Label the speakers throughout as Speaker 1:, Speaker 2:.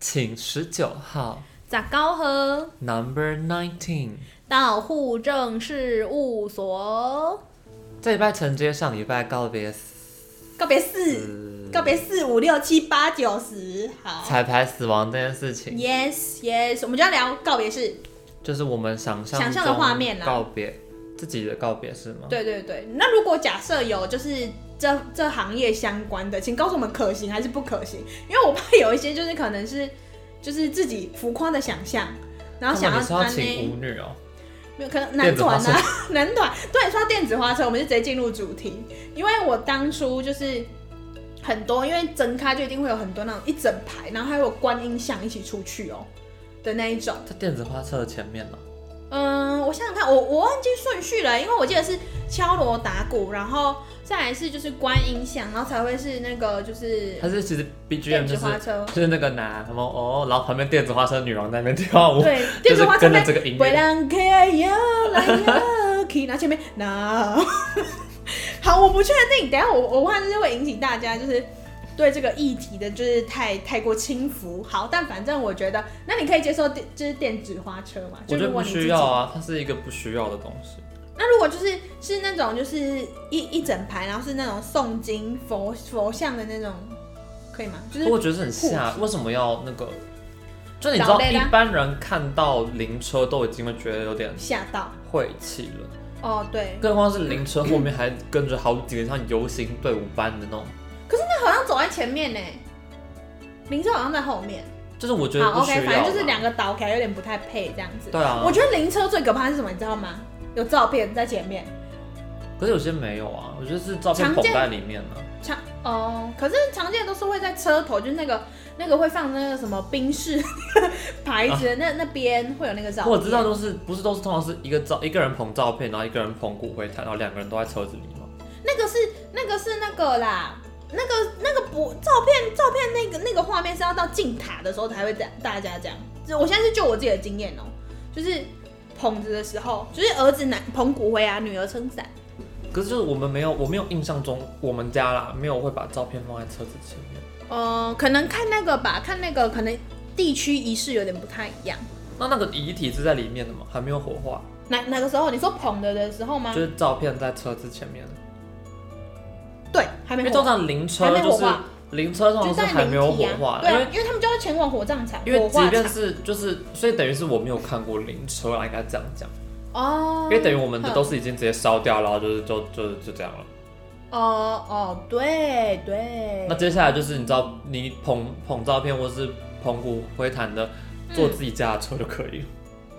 Speaker 1: 请十九号
Speaker 2: 咋高和
Speaker 1: Number Nineteen
Speaker 2: 到户政事务所
Speaker 1: 这礼拜承接上礼拜告别死，
Speaker 3: 告别四，
Speaker 1: 呃
Speaker 3: 告别四五六七八九十，好。
Speaker 1: 彩排死亡这件事情，
Speaker 3: Yes, Yes，我们就要聊告别式。
Speaker 1: 就是我们想象
Speaker 3: 想象
Speaker 1: 中
Speaker 3: 的画面啦啊
Speaker 1: 告别自己的告别是吗？
Speaker 3: 对对对，那如果假设有就是这这行业相关的，请告诉我们可行还是不可行，因为我怕有一些就是可能是就是自己浮夸的想象，然
Speaker 1: 那
Speaker 3: 后想
Speaker 1: 么
Speaker 3: 要
Speaker 1: 你是要
Speaker 3: 穿
Speaker 1: 请舞
Speaker 3: 呢，
Speaker 1: 女哦、
Speaker 3: 没有可能
Speaker 1: 电
Speaker 3: 男
Speaker 1: 子花
Speaker 3: 团啊，男团对，说到电子花车，我们就直接进入主题，因为我当初就是。很多，因为整开就一定会有很多那种一整排，然后还有观音像一起出去哦的那一种。
Speaker 1: 在电子花车的前面呢、哦
Speaker 3: 嗯，我想想看，我我忘记顺序了，因为我记得是敲锣打鼓，然后再来是就是观音响，然后才会是那个就是
Speaker 1: 它是其实 BGM
Speaker 3: 电
Speaker 1: 就
Speaker 3: 子
Speaker 1: 是
Speaker 3: 花车。
Speaker 1: 就是那个男什么哦，然后旁边电子花车女郎在那边跳舞，
Speaker 3: 对，
Speaker 1: 就
Speaker 3: 电子
Speaker 1: 是
Speaker 3: 花车
Speaker 1: 跟着
Speaker 3: 在
Speaker 1: 这个音
Speaker 3: 不
Speaker 1: 乐，
Speaker 3: 让开呀，来呀，可以拿前面拿。 好，我不确定，等一下我我怕就是会引起大家就是对这个议题的就是太太过轻浮。好，但反正我觉得，那你可以接受电就是电子花车嘛？
Speaker 1: 我
Speaker 3: 就
Speaker 1: 觉得不
Speaker 3: 如果你自
Speaker 1: 需
Speaker 3: 己
Speaker 1: 要啊，它是一个不需要的东西。
Speaker 3: 那如果就是是那种就是一一整排，然后是那种诵经佛佛像的那种，可以吗？就是
Speaker 1: 我觉得是很吓，为什么要那个？就你知
Speaker 3: 找
Speaker 1: 道，
Speaker 3: 累
Speaker 1: 一
Speaker 3: 啦
Speaker 1: 般人看到灵车都已经会觉得有点
Speaker 3: 吓到
Speaker 1: 晦气了，
Speaker 3: 哦，对，
Speaker 1: 更何况是灵车后面还跟着好几个像游行队伍般的那种，
Speaker 3: 那好像走在前面呢，林车好像在后面。
Speaker 1: 就是我觉得
Speaker 3: 好
Speaker 1: 不需
Speaker 3: ，OK，
Speaker 1: 要啦。
Speaker 3: 反正就是两个倒起来有点不太配这样子。
Speaker 1: 对啊
Speaker 3: 我，觉得灵车最可怕是什么，你知道吗？有照片在前面，
Speaker 1: 可是有些没有啊，我觉得是照片
Speaker 3: 常
Speaker 1: 捧
Speaker 3: 见
Speaker 1: 在里面呢、啊。
Speaker 3: 常哦，可是常见的都是会在车头，就是那个那个会放那个什么冰室 牌子的那、那边会有那个照片。
Speaker 1: 啊我知道都是不是都是通常是一个照一个人捧照片，然后一个人捧骨灰坛，然后两个人都在车子里嘛。
Speaker 3: 那个是那个是那个啦，那个那个不照片照片那个那个画面是要到进塔的时候才会这样大家这样。就我现在是就我自己的经验哦、就是捧着的时候，就是儿子拿捧骨灰啊，女儿撑伞。
Speaker 1: 可是就是我们没有，我没有印象中我们家啦没有会把照片放在车子前面。
Speaker 3: 呃，可能看那个吧，看那个可能地区仪式有点不太一样。
Speaker 1: 那那个遗体是在里面的吗？还没有火化，
Speaker 3: 哪哪个时候？你说捧着的时候吗
Speaker 1: 就？是照片在车子前面。
Speaker 3: 对，还
Speaker 1: 因
Speaker 3: 没
Speaker 1: 为通
Speaker 3: 火，
Speaker 1: 常灵
Speaker 3: 还
Speaker 1: 车
Speaker 3: 没
Speaker 1: 就
Speaker 3: 火
Speaker 1: 是
Speaker 3: 化，
Speaker 1: 灵车通常
Speaker 3: 就是在
Speaker 1: 还没有
Speaker 3: 灵体
Speaker 1: 火化，
Speaker 3: 啊。对
Speaker 1: 因为
Speaker 3: 啊，因为他们就要前往火葬场，
Speaker 1: 因为
Speaker 3: 火
Speaker 1: 即
Speaker 3: 化
Speaker 1: 便
Speaker 3: 场
Speaker 1: 是就是，所以等于是我没有看过灵车啦，应该这样讲，
Speaker 3: 哦
Speaker 1: 因，为等于我们的
Speaker 3: 哼
Speaker 1: 都是已经直接烧掉，然后就是就就就这样了。
Speaker 3: 哦哦，对对。
Speaker 1: 那接下来就是你知道，你捧捧照片或是捧骨灰坛的，坐自己家的车就可以了，
Speaker 3: 嗯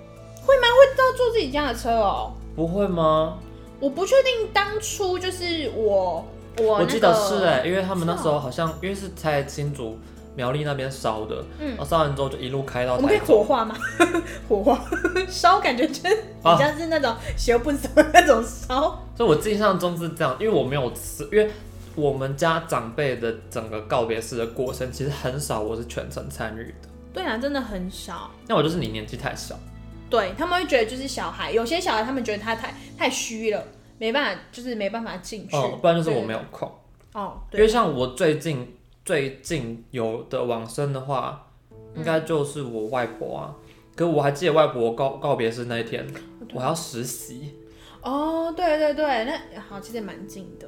Speaker 3: 会吗？会到坐自己家的车哦？
Speaker 1: 不会吗？
Speaker 3: 我不确定当初就是我我、那
Speaker 1: 我
Speaker 3: 个
Speaker 1: 记得是哎、因为他们那
Speaker 3: 是哦
Speaker 1: 时候好像因为是在新竹苗栗那边烧的，
Speaker 3: 嗯
Speaker 1: 然后烧完之后就一路开到
Speaker 3: 我们可
Speaker 1: 台
Speaker 3: 以火
Speaker 1: 中，
Speaker 3: 化吗？ 火化烧感觉就是
Speaker 1: 啊
Speaker 3: 比较是那种学不熟的那种烧。
Speaker 1: 所以我印象中是这样，因为我没有吃，因为我们家长辈的整个告别式的过程其实很少，我是全程参与的。
Speaker 3: 对啊，真的很少。
Speaker 1: 那我就是你年纪太小，
Speaker 3: 对他们会觉得就是小孩，有些小孩他们觉得他太太虚了，没办法，就是没办法进去。
Speaker 1: 哦，不然就是我没有空。
Speaker 3: 哦，
Speaker 1: 因
Speaker 3: 对，
Speaker 1: 为像我最近最近有的往生的话，应该就是我外婆啊。可我还记得外婆告告别式那一天，我还要实习，
Speaker 3: 哦，对对对，那好，其实也蛮近的。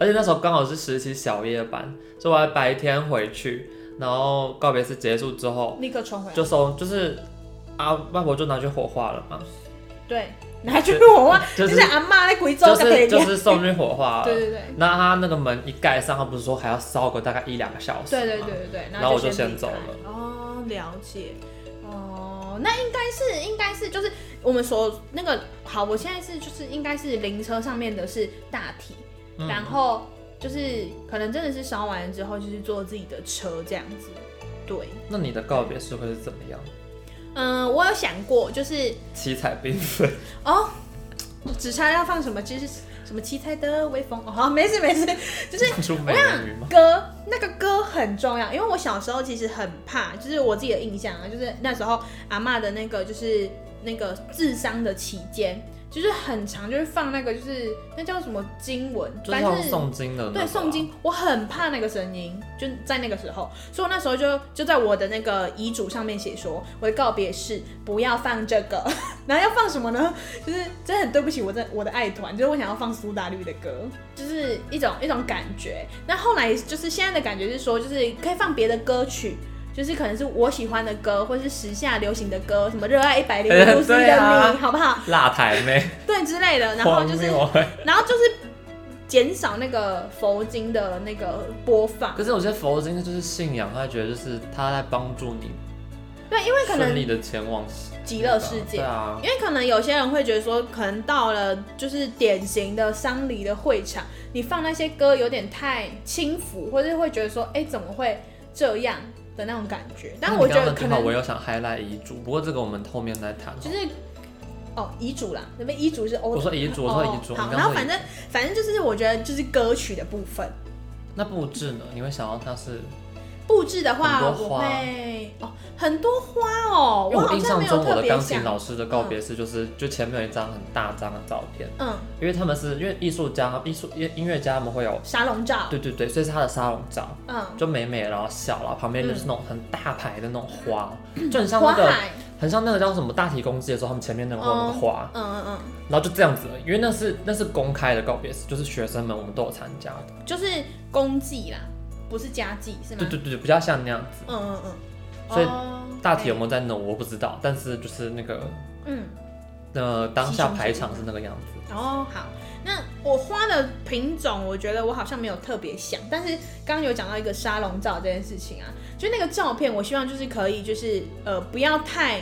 Speaker 1: 而且那时候刚好是实习小夜班，所以我还白天回去，然后告别式结束之后
Speaker 3: 立刻冲回来。
Speaker 1: 哦就收，就是啊外婆就拿去火化 了嘛，
Speaker 3: 对，拿去火化，
Speaker 1: 就
Speaker 3: 就是是阿妈在贵州
Speaker 1: 就
Speaker 3: 跟
Speaker 1: 是
Speaker 3: 别
Speaker 1: 啊
Speaker 3: 人
Speaker 1: 就
Speaker 3: 家。
Speaker 1: 是送去火化了。
Speaker 3: 对对对。
Speaker 1: 那他那个门一盖上，他不是说还要烧个大概一两个小时吗？
Speaker 3: 对对对对对，
Speaker 1: 然后我
Speaker 3: 就
Speaker 1: 就先
Speaker 3: 离
Speaker 1: 走
Speaker 3: 开
Speaker 1: 了。
Speaker 3: 哦，了解。哦，那应该是应该是就是我们所那个好，我现在是就是应该是灵车上面的是大体，
Speaker 1: 嗯
Speaker 3: 然后就是可能真的是烧完之后就是坐自己的车这样子。对，
Speaker 1: 那你的告别式会是怎么样？
Speaker 3: 嗯，我有想过，就是
Speaker 1: 七彩缤纷。
Speaker 3: 哦，只差要放什么，就是什么七彩的微风哦，好，没事没事，就是
Speaker 1: 唱出美人鱼吗？
Speaker 3: 歌那个歌很重要，因为我小时候其实很怕，就是我自己的印象啊，就是那时候阿嬷的那个就是那个智商的期间，就是很长，就是放那个就是那叫什么经文，
Speaker 1: 就是
Speaker 3: 反
Speaker 1: 他
Speaker 3: 正
Speaker 1: 们
Speaker 3: 是
Speaker 1: 诵经的、那个啊
Speaker 3: 对诵经，我很怕那个声音，就在那个时候，所以我那时候就就在我的那个遗嘱上面写说，我的告别式不要放这个， 然后要放什么呢？就是真的很对不起我的我的爱团，就是我想要放苏打绿的歌，就是一种一种感觉。那后来就是现在的感觉是说，就是可以放别的歌曲。就是可能是我喜欢的歌，或是时下流行的歌，什么热爱一百零五度 C 的
Speaker 1: 对
Speaker 3: 你，
Speaker 1: 啊
Speaker 3: 好不好？
Speaker 1: 辣台妹，
Speaker 3: 对之类 的，然后就是
Speaker 1: 荒谬欸
Speaker 3: 然后就是减少那个佛经的那个播 放，
Speaker 1: 可是有些佛经就是信仰，他觉得就是他在帮助你
Speaker 3: 对，因为可
Speaker 1: 顺
Speaker 3: 能
Speaker 1: 利的前往
Speaker 3: 极乐世界
Speaker 1: 对啊，
Speaker 3: 因为可能有些人会觉得说，可能到了就是典型的丧礼的会场，你放那些歌有点太轻浮，或者会觉得说，哎，怎么会这样的那种感觉？但我觉
Speaker 1: 那
Speaker 3: 得
Speaker 1: 你
Speaker 3: 可
Speaker 1: 刚刚的地方我
Speaker 3: 能
Speaker 1: 有想 highlight 遗嘱，不过这个我们后面再谈。
Speaker 3: 就是哦，遗嘱啦，那边遗嘱是欧哦
Speaker 1: 我。说遗嘱，我说遗嘱，
Speaker 3: 好，
Speaker 1: 你
Speaker 3: 然
Speaker 1: 刚说
Speaker 3: 后
Speaker 1: 遗
Speaker 3: 反正反正就是我觉得就是歌曲的部分，
Speaker 1: 那布置呢？你会想到它是？
Speaker 3: 布置的话
Speaker 1: 很多
Speaker 3: 我
Speaker 1: 花
Speaker 3: 会哦很多花哦，
Speaker 1: 因为
Speaker 3: 好
Speaker 1: 印
Speaker 3: 像
Speaker 1: 象
Speaker 3: 没有
Speaker 1: 中我
Speaker 3: 特
Speaker 1: 的
Speaker 3: 别
Speaker 1: 钢琴
Speaker 3: 想，
Speaker 1: 老师的告别式就是，就前面有一张很大张的照片，
Speaker 3: 嗯，
Speaker 1: 因为他们是因为艺术家、艺术音音乐家他们会有，
Speaker 3: 沙龙照，
Speaker 1: 对对对，所以是他的沙龙照，
Speaker 3: 嗯，
Speaker 1: 就美美然后笑，然后旁边就是那种很大牌的那种花，就 很像
Speaker 3: 花
Speaker 1: 那个
Speaker 3: 海，
Speaker 1: 很像那个叫什么大体公祭的时候，他们前面那个会有那个花，
Speaker 3: 嗯嗯
Speaker 1: 然后就这样子而已，因为那是那是公开的告别式，就是学生们我们都有参加的，
Speaker 3: 嗯，就是公祭啦，不是家祭是吗？
Speaker 1: 对对对，比较像那样子。
Speaker 3: 嗯嗯嗯。
Speaker 1: 所以
Speaker 3: 以
Speaker 1: 大体有没有在弄我不知道，但是就是那个
Speaker 3: 嗯，
Speaker 1: 呃当下排场是那个样子。
Speaker 3: 哦好，那我花的品种，我觉得我好像没有特别想，但是刚刚有讲到一个沙龙照这件事情啊，就那个照片，我希望就是可以就是呃不要太。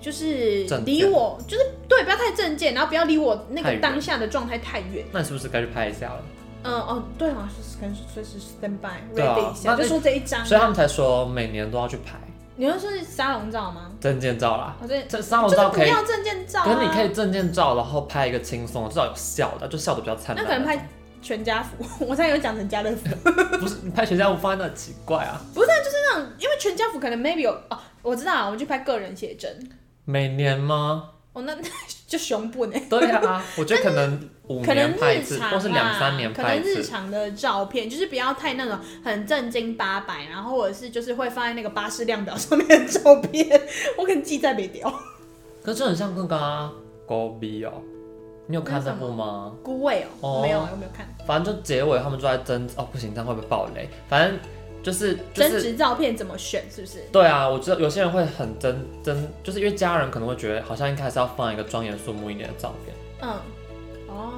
Speaker 3: 就是
Speaker 1: 证件
Speaker 3: 离我，就是对，不要太证件，然后不要离我那
Speaker 1: 太
Speaker 3: 个
Speaker 1: 远
Speaker 3: 当下的状态太远。
Speaker 1: 那你是不是该去拍一下了？
Speaker 3: 嗯哦，对，好像是跟随时 stand by
Speaker 1: 对啊
Speaker 3: ready 一下，
Speaker 1: 那
Speaker 3: 就说这一张啊。
Speaker 1: 所以他们才说每年都要去拍
Speaker 3: 你会说是沙龙照吗？
Speaker 1: 证件照啦。
Speaker 3: 我这
Speaker 1: 这三
Speaker 3: 就
Speaker 1: 龙
Speaker 3: 是
Speaker 1: 照
Speaker 3: 不
Speaker 1: 可以，
Speaker 3: 要证件照、啊，
Speaker 1: 可是你可以证件照，然后拍一个轻松的，至少有笑的，就笑的比较灿
Speaker 3: 那
Speaker 1: 烂。
Speaker 3: 可能拍全家福， 我才有讲成家乐福，就
Speaker 1: 不是你拍全家福放在那很奇怪啊。
Speaker 3: 是那种因为全家福可能 maybe 有哦，我知道啊，我就拍个人写真，
Speaker 1: 每年吗？
Speaker 3: 哦那 就胸部呢，
Speaker 1: 对 啊，我觉得可能五
Speaker 3: 可能
Speaker 1: 年拍一
Speaker 3: 日
Speaker 1: 次，
Speaker 3: 常啊
Speaker 1: 或是两三年
Speaker 3: 可
Speaker 1: 拍
Speaker 3: 能
Speaker 1: 一
Speaker 3: 日
Speaker 1: 次。
Speaker 3: 常的照片，就是不要太那种很正经八百，然后或者是就是会放在那个巴士量表上面的照片， 我可能记在北雕，
Speaker 1: 可是这很像那个啊，狗逼哦，你有看那部吗？
Speaker 3: 孤味哦，
Speaker 1: 哦
Speaker 3: 没有，我没有看
Speaker 1: 反正就结尾他们就在争哦，不行，这样会不会爆雷？反正就是就
Speaker 3: 真
Speaker 1: 是
Speaker 3: 实照片怎么选，是不是？
Speaker 1: 对啊，我知道有些人会很争争，就是因为家人可能会觉得好像应该还是要放一个庄严肃穆一点的照片，
Speaker 3: 嗯，哦。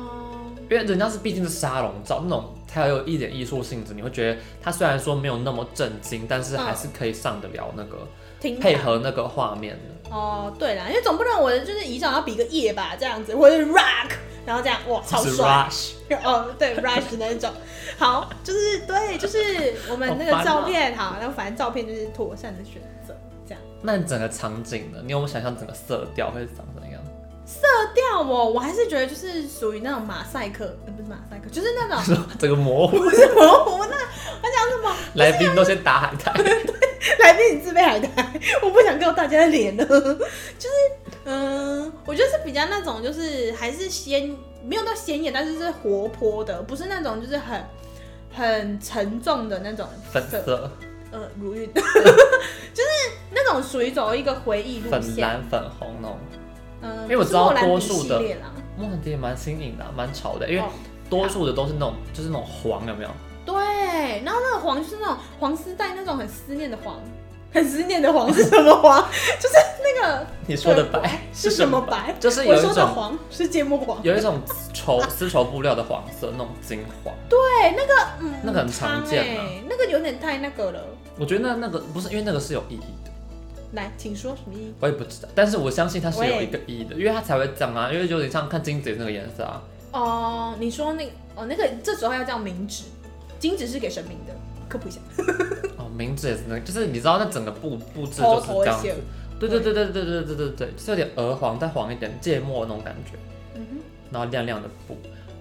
Speaker 1: 因为人家是毕竟是沙龙照那种，才有一点艺术性质。你会觉得它虽然说没有那么震惊，但是还是可以上得了那个、
Speaker 3: 听
Speaker 1: 配
Speaker 3: 感
Speaker 1: 合那个画面的。
Speaker 3: 哦，对啦，因为总不能我的就是遗照要比个耶吧，这样子，或者是 rock，然后这样哇，超
Speaker 1: 就是
Speaker 3: 帅，
Speaker 1: rush，
Speaker 3: 哦，对 rush 那种。好，就是对，就是我们那
Speaker 1: 好
Speaker 3: 个
Speaker 1: 烦啊
Speaker 3: 照片，好，然后反正照片就是妥善的选择，这样。
Speaker 1: 那你整个场景呢？你有没有想象整个色调会是长怎样？
Speaker 3: 掉我，我还是觉得就是属于那种马赛克，呃不是马赛克，就是那 种
Speaker 1: 整个模糊，
Speaker 3: 不是啊模糊那，我讲什么？
Speaker 1: 来宾都先打海苔。
Speaker 3: 来宾你自备海苔，我不想看到大家的脸了。 就是，嗯，我觉得是比较那种，就是还是鲜，没有到鲜艳，但是是活泼的，不是那种就是很很沉重的那种
Speaker 1: 粉色、
Speaker 3: 呃，如玉， 就是那种属于走一个回忆路
Speaker 1: 粉
Speaker 3: 线。
Speaker 1: 蓝、粉红那种。
Speaker 3: 嗯，
Speaker 1: 因为我知道
Speaker 3: 不是莫兰迪
Speaker 1: 多数的
Speaker 3: 系列啦，
Speaker 1: 莫兰迪也蛮新颖的啊、蛮潮的，因为
Speaker 3: 哦
Speaker 1: 多数的都是那种就是那种黄，有没有？
Speaker 3: 对，然后那个黄就是那种黄丝带那种很思念的黄，很思念的黄 是什么黄？就是那个
Speaker 1: 你说的白
Speaker 3: 是什么？白？
Speaker 1: 就是有
Speaker 3: 我
Speaker 1: 一
Speaker 3: 说的
Speaker 1: 种
Speaker 3: 黄是芥末黄。
Speaker 1: 有一种绸丝绸布料的黄色，那种金黄。
Speaker 3: 对，那个嗯，
Speaker 1: 那个很常见啊
Speaker 3: 汤欸那个有点太那个了。
Speaker 1: 我觉得那那个不是因为那个是有意义的，
Speaker 3: 来，请说什么意义？
Speaker 1: 我也不知道，但是我相信它是有
Speaker 3: 喂
Speaker 1: 一个意义的，因为它才会这样啊，因为有点像看金子那个颜 色啊。
Speaker 3: 哦，你说那个哦，那个这时候要叫明指，金指是给神明的，科普一下。
Speaker 1: 哦，名字也是那个，就是你知道那整个布布置就是这样
Speaker 3: 偷偷一
Speaker 1: 子
Speaker 3: 些。
Speaker 1: 对对对对对对对对对，就是有点鹅黄，再黄一点芥末那种感觉，
Speaker 3: 嗯
Speaker 1: 然后亮亮的布。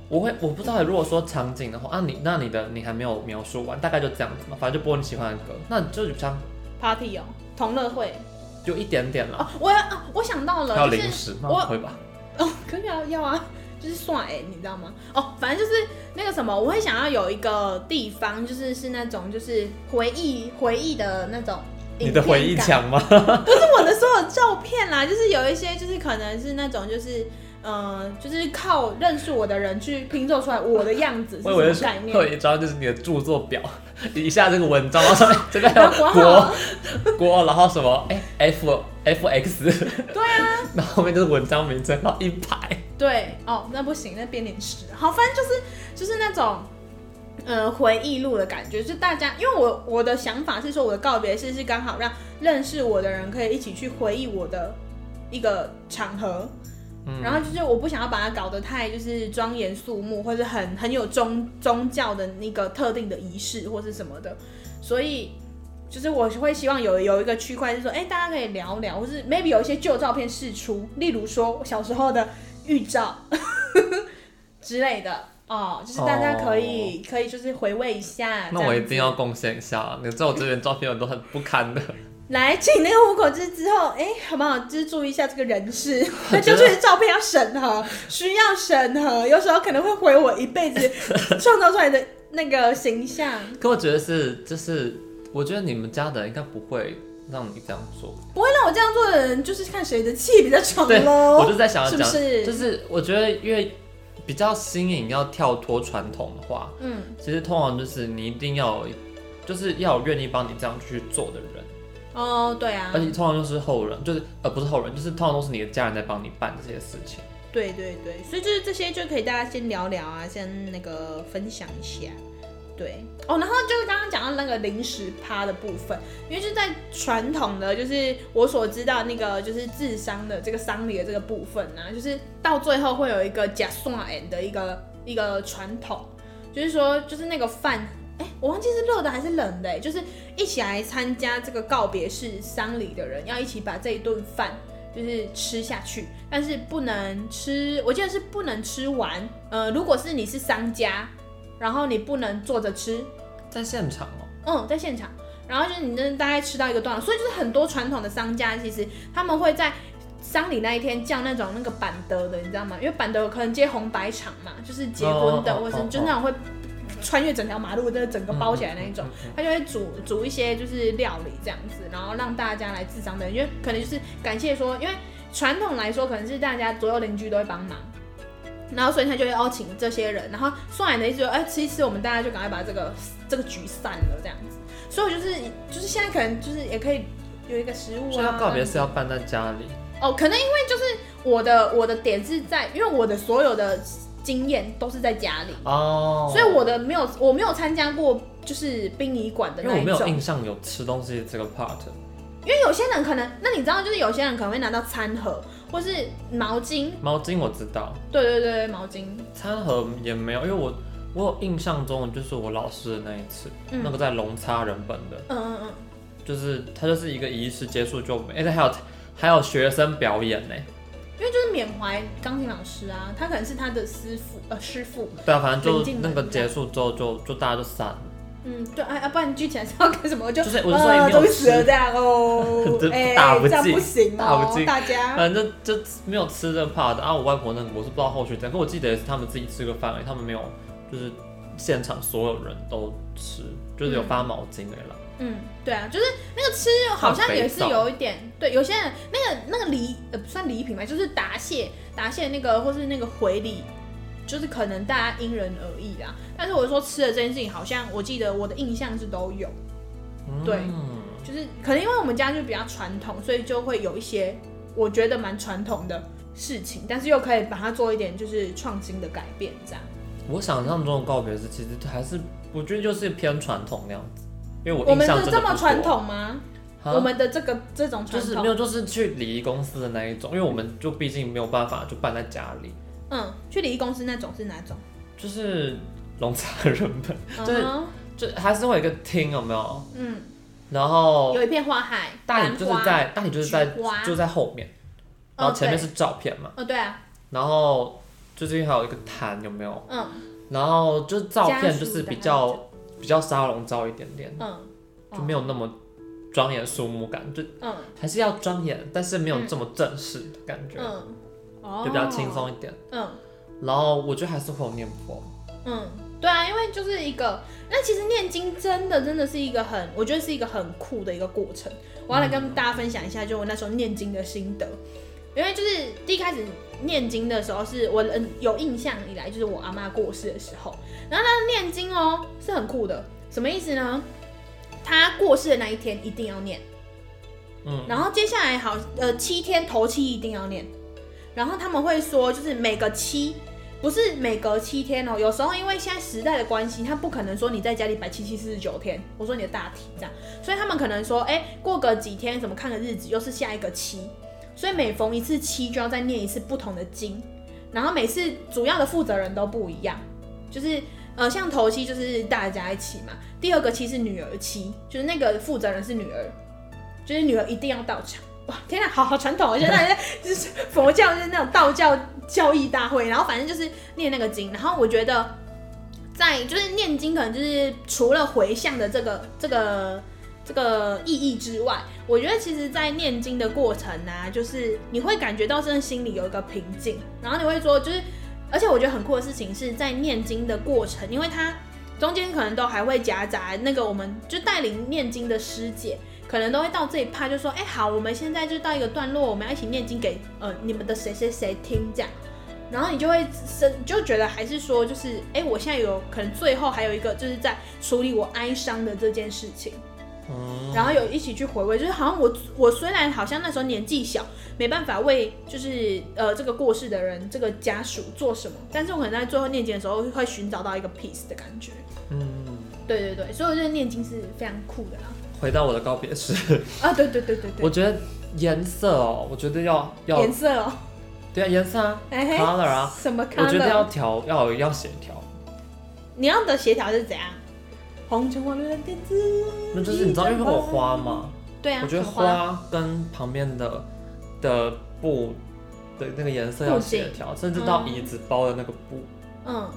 Speaker 1: 我会我不知道，如果说场景的话，啊你那你的你还没有描述完，大概就这样子嘛，反正就播你喜欢的歌，那就比较
Speaker 3: 哼，party 哦，同乐会
Speaker 1: 就一点点啦。
Speaker 3: 哦哦，我要啊，我想到了，
Speaker 1: 还有
Speaker 3: 就
Speaker 1: 零
Speaker 3: 是
Speaker 1: 食吗？
Speaker 3: 我
Speaker 1: 会吧？
Speaker 3: 哦，可以啊，要啊，就是算哎、你知道吗？哦，反正就是那个什么，我会想要有一个地方，就是是那种就是回忆回忆的那种。
Speaker 1: 你的回忆
Speaker 3: 墙，
Speaker 1: 墙吗？
Speaker 3: 就是我的所有照片啦，就是有一些就是可能是那种就是。呃，就是靠认识我的人去拼凑出来我的样子 是
Speaker 1: 我
Speaker 3: 什
Speaker 1: 以为
Speaker 3: 么
Speaker 1: 是
Speaker 3: 概
Speaker 1: 会
Speaker 3: 念，
Speaker 1: 有一张就是你的著作表，一下这个文章，然后上面这 边还有
Speaker 3: 然后括号
Speaker 1: 国国，然后什么哎 F F X，
Speaker 3: 对啊，
Speaker 1: 然后后面就是文章名称，然后一排。
Speaker 3: 对哦，那不行，那编年史。好，反正就是就是那种呃回忆录的感觉，就大家因为我我的想法是说，我的告别式是刚好让认识我的人可以一起去回忆我的一个场合，
Speaker 1: 嗯
Speaker 3: 然后就是我不想要把它搞得太就是庄严肃穆，或是很很有宗宗教的那个特定的仪式或是什么的，所以。就是我会希望有有一个区块是说，哎、大家可以聊聊，或是 maybe 有一些旧照片释出，例如说我小时候的预照 之类的哦，就是大家可以、可以就是回味一下。
Speaker 1: 那
Speaker 3: 这
Speaker 1: 我
Speaker 3: 样
Speaker 1: 一
Speaker 3: 子
Speaker 1: 定要贡献一下，你知道我这边照片有很多很不堪的，
Speaker 3: 来请那个户口之之后，哎、好不好？就是注意一下这个人事，那就是照片要审核，需要审核，有时候可能会毁我一辈子创造出来的那个形象。
Speaker 1: 可我觉得是就是，我觉得你们家的人应该不会让你这样做。
Speaker 3: 不会让我这样做的人，就是看谁的气比较爽
Speaker 1: 对，我
Speaker 3: 喽。
Speaker 1: 就在想要
Speaker 3: 哦是不
Speaker 1: 讲，
Speaker 3: 是
Speaker 1: 就是我觉得因为比较新颖，要跳脱传统的话，
Speaker 3: 嗯，
Speaker 1: 其实通常就是你一定要有，就是要有愿意帮你这样去做的人，
Speaker 3: 哦，对啊
Speaker 1: 而，且通常就是后人，就是呃不是后人，就是通常都是你的家人在帮你办这些事情。
Speaker 3: 对对对，所以就是这些就可以大家先聊聊啊，先那个分享一下。对哦，然后就是刚刚讲到那个零食趴的部分，因为是在传统的，就是我所知道那个就是智商的这个丧礼的这个部分呢、啊就是到最后会有一个假算end 的一个一个传统，就是说就是那个饭，哎，我忘记是热的还是冷的、哎就是一起来参加这个告别式丧礼的人要一起把这一顿饭就是吃下去，但是不能吃，我记得是不能吃完。呃，如果是你是商家，然后你不能坐着吃，
Speaker 1: 在现场哦、
Speaker 3: 嗯，在现场，然后就是你真的大概吃到一个段落，所以就是很多传统的商家其实他们会在丧礼那一天叫那种那个板德的，你知道吗？因为板德有可能接红白场嘛，就是结婚的，
Speaker 1: 哦哦哦
Speaker 3: 或者是
Speaker 1: 哦
Speaker 3: 就是那种会穿越整条马路的整个包起来那一种。
Speaker 1: 嗯
Speaker 3: 他就会煮煮一些就是料理这样子，然后让大家来智商的人，因为可能就是感谢说，因为传统来说可能是大家左右邻居都会帮忙，然后所以他就会邀请这些人，然后算来的意思就是，哎、吃一吃，我们大家就赶快把这个这个局散了这样子。所以我就是就是现在可能就是也可以有一个食物
Speaker 1: 嗯所以
Speaker 3: 啊
Speaker 1: 要，告别是要办在家里，
Speaker 3: 哦，可能因为就是我的我的点是在，因为我的所有的经验都是在家里。
Speaker 1: 哦，
Speaker 3: 所以我的没有，我没有参加过就是殡仪馆的
Speaker 1: 因
Speaker 3: 那
Speaker 1: 为我
Speaker 3: 一
Speaker 1: 没有
Speaker 3: 种，
Speaker 1: 印象有吃东西这个 part，
Speaker 3: 因为有些人可能，那你知道，就是有些人可能会拿到餐盒或是毛巾，
Speaker 1: 毛巾我知道，
Speaker 3: 对对对，对毛巾，
Speaker 1: 餐盒也没有，因为我我有印象中就是我老师的那一次，
Speaker 3: 嗯
Speaker 1: 那个在龙差人本的，
Speaker 3: 嗯嗯嗯，
Speaker 1: 就是它就是一个仪式结束就没，而且还有还有学生表演呢，
Speaker 3: 因为就是缅怀钢琴老师啊，他可能是他的师傅，呃，师傅，
Speaker 1: 对啊，反正
Speaker 3: 临
Speaker 1: 就
Speaker 3: 近
Speaker 1: 那
Speaker 3: 门
Speaker 1: 个
Speaker 3: 这
Speaker 1: 结
Speaker 3: 样
Speaker 1: 束之后就就大家就散了，
Speaker 3: 嗯，对，哎、啊，不然具体来是要干什么？就
Speaker 1: 就是我就说也
Speaker 3: 呃，
Speaker 1: 没有
Speaker 3: 都
Speaker 1: 吃，
Speaker 3: 死了这样哦
Speaker 1: 这
Speaker 3: 哎、
Speaker 1: 打不
Speaker 3: 这样
Speaker 1: 进
Speaker 3: 不行
Speaker 1: 打不
Speaker 3: 哦
Speaker 1: 进，
Speaker 3: 大家，
Speaker 1: 反正就没有吃这个 part 啊。我外婆那个我是不知道后续怎样，可我记得也是他们自己吃个饭而已，他们没有就是现场所有人都吃，就是有发毛巾而已啦。
Speaker 3: 嗯，对啊，就是那个吃好像也是有一点，对，有些人那个那个礼，呃，不算礼品吧，就是答谢答谢那个或是那个回礼。就是可能大家因人而异啦，但是我说吃的这件事情，好像我记得我的印象是都有，
Speaker 1: 嗯、
Speaker 3: 对啊就是可能因为我们家就比较传统，所以就会有一些我觉得蛮传统的事情，但是又可以把它做一点就是创新的改变，这样。
Speaker 1: 我想象中的告别式其实还是我觉得就是偏传统那样子，因为我
Speaker 3: 我
Speaker 1: 印
Speaker 3: 们
Speaker 1: 象
Speaker 3: 的
Speaker 1: 真
Speaker 3: 这
Speaker 1: 不
Speaker 3: 么
Speaker 1: 多
Speaker 3: 传，统吗？
Speaker 1: 啊
Speaker 3: 我们的这个这种
Speaker 1: 就
Speaker 3: 传
Speaker 1: 是
Speaker 3: 统，
Speaker 1: 没有就是去礼仪公司的那一种，因为我们就毕竟没有办法就办在家里，
Speaker 3: 嗯，去礼仪公司那种是哪种？
Speaker 1: 就是龙 茶人本，就是
Speaker 3: 嗯哼
Speaker 1: 就还是会有一个厅有没有？
Speaker 3: 嗯，
Speaker 1: 然后
Speaker 3: 有一片花海，
Speaker 1: 大理
Speaker 3: 兰
Speaker 1: 就
Speaker 3: 花
Speaker 1: 是在大理就是在
Speaker 3: 菊花
Speaker 1: 就在后面，然后前面
Speaker 3: 哦
Speaker 1: 是照片嘛，
Speaker 3: 对哦对啊，
Speaker 1: 然后就这边还有一个坛有没有？
Speaker 3: 嗯
Speaker 1: 然后就是照片就是比
Speaker 3: 家属
Speaker 1: 较比较沙龙照一点点，
Speaker 3: 嗯
Speaker 1: 就没有那么庄严肃穆感，就
Speaker 3: 嗯
Speaker 1: 还是要庄严，但是没有这么正式的感觉。
Speaker 3: 嗯，哦
Speaker 1: 就比较轻。松一点。
Speaker 3: 嗯
Speaker 1: 然后我觉得还是会有念佛，
Speaker 3: 嗯，对啊，因为就是一个，那其实念经真的真的是一个很，我觉得是一个很酷的一个过程。我要来跟大家分享一下，就我那时候念经的心得。因为就是第一开始念经的时候，是我嗯有印象以来，就是我阿妈过世的时候，然后她念经哦是很酷的，什么意思呢？她过世的那一天一定要念，
Speaker 1: 嗯，
Speaker 3: 然后接下来好，呃，七天头七一定要念，然后他们会说，就是每个七，不是每隔七天哦，有时候因为现在时代的关系，他不可能说你在家里摆七七四十九天，我说你的大体这样，所以他们可能说，哎，过个几天，怎么看个日子，又是下一个七，所以每逢一次七就要再念一次不同的经，然后每次主要的负责人都不一样，就是呃，像头七就是大家一起嘛，第二个七是女儿七，就是那个负责人是女儿，就是女儿一定要到场。哇，天哪，好好传统哦！现在就是佛教就是那种道教教义大会，然后反正就是念那个经，然后我觉得在就是念经，可能就是除了回向的这个这个这个意义之外，我觉得其实，在念经的过程啊，就是你会感觉到真的心里有一个平静，然后你会说，就是而且我觉得很酷的事情是在念经的过程，因为它中间可能都还会夹杂那个我们就带领念经的师姐，可能都会到这一趴就说，哎、好，我们现在就到一个段落，我们要一起念经给呃你们的谁谁谁听这样。然后你就会生，就觉得还是说，就是哎、我现在有可能最后还有一个，就是在处理我哀伤的这件事情。
Speaker 1: 嗯
Speaker 3: 然后有一起去回味，就是好像我我虽然好像那时候年纪小，没办法为就是呃这个过世的人这个家属做什么，但是我可能在最后念经的时候会寻找到一个 peace 的感觉。
Speaker 1: 嗯，
Speaker 3: 对对对，所以我觉得念经是非常酷的啦。
Speaker 1: 回到我的告别式，
Speaker 3: 啊，对对对对
Speaker 1: 我觉
Speaker 3: 对，
Speaker 1: 得颜色哦，我觉得要要
Speaker 3: 颜色哦，
Speaker 1: 对啊颜色啊
Speaker 3: 哎嘿，
Speaker 1: ，color 啊，
Speaker 3: 什么
Speaker 1: 我觉得要
Speaker 3: color？
Speaker 1: 调要有要协调，
Speaker 3: 你要的协调是怎样？红橙黄绿蓝靛紫，
Speaker 1: 那就是你知道因为我花嘛，
Speaker 3: 嗯对啊，
Speaker 1: 我觉得
Speaker 3: 什么花
Speaker 1: 花跟旁边的的布的那个颜色要
Speaker 3: 布景
Speaker 1: 协调，甚至到
Speaker 3: 嗯
Speaker 1: 椅子包的那个布
Speaker 3: 嗯，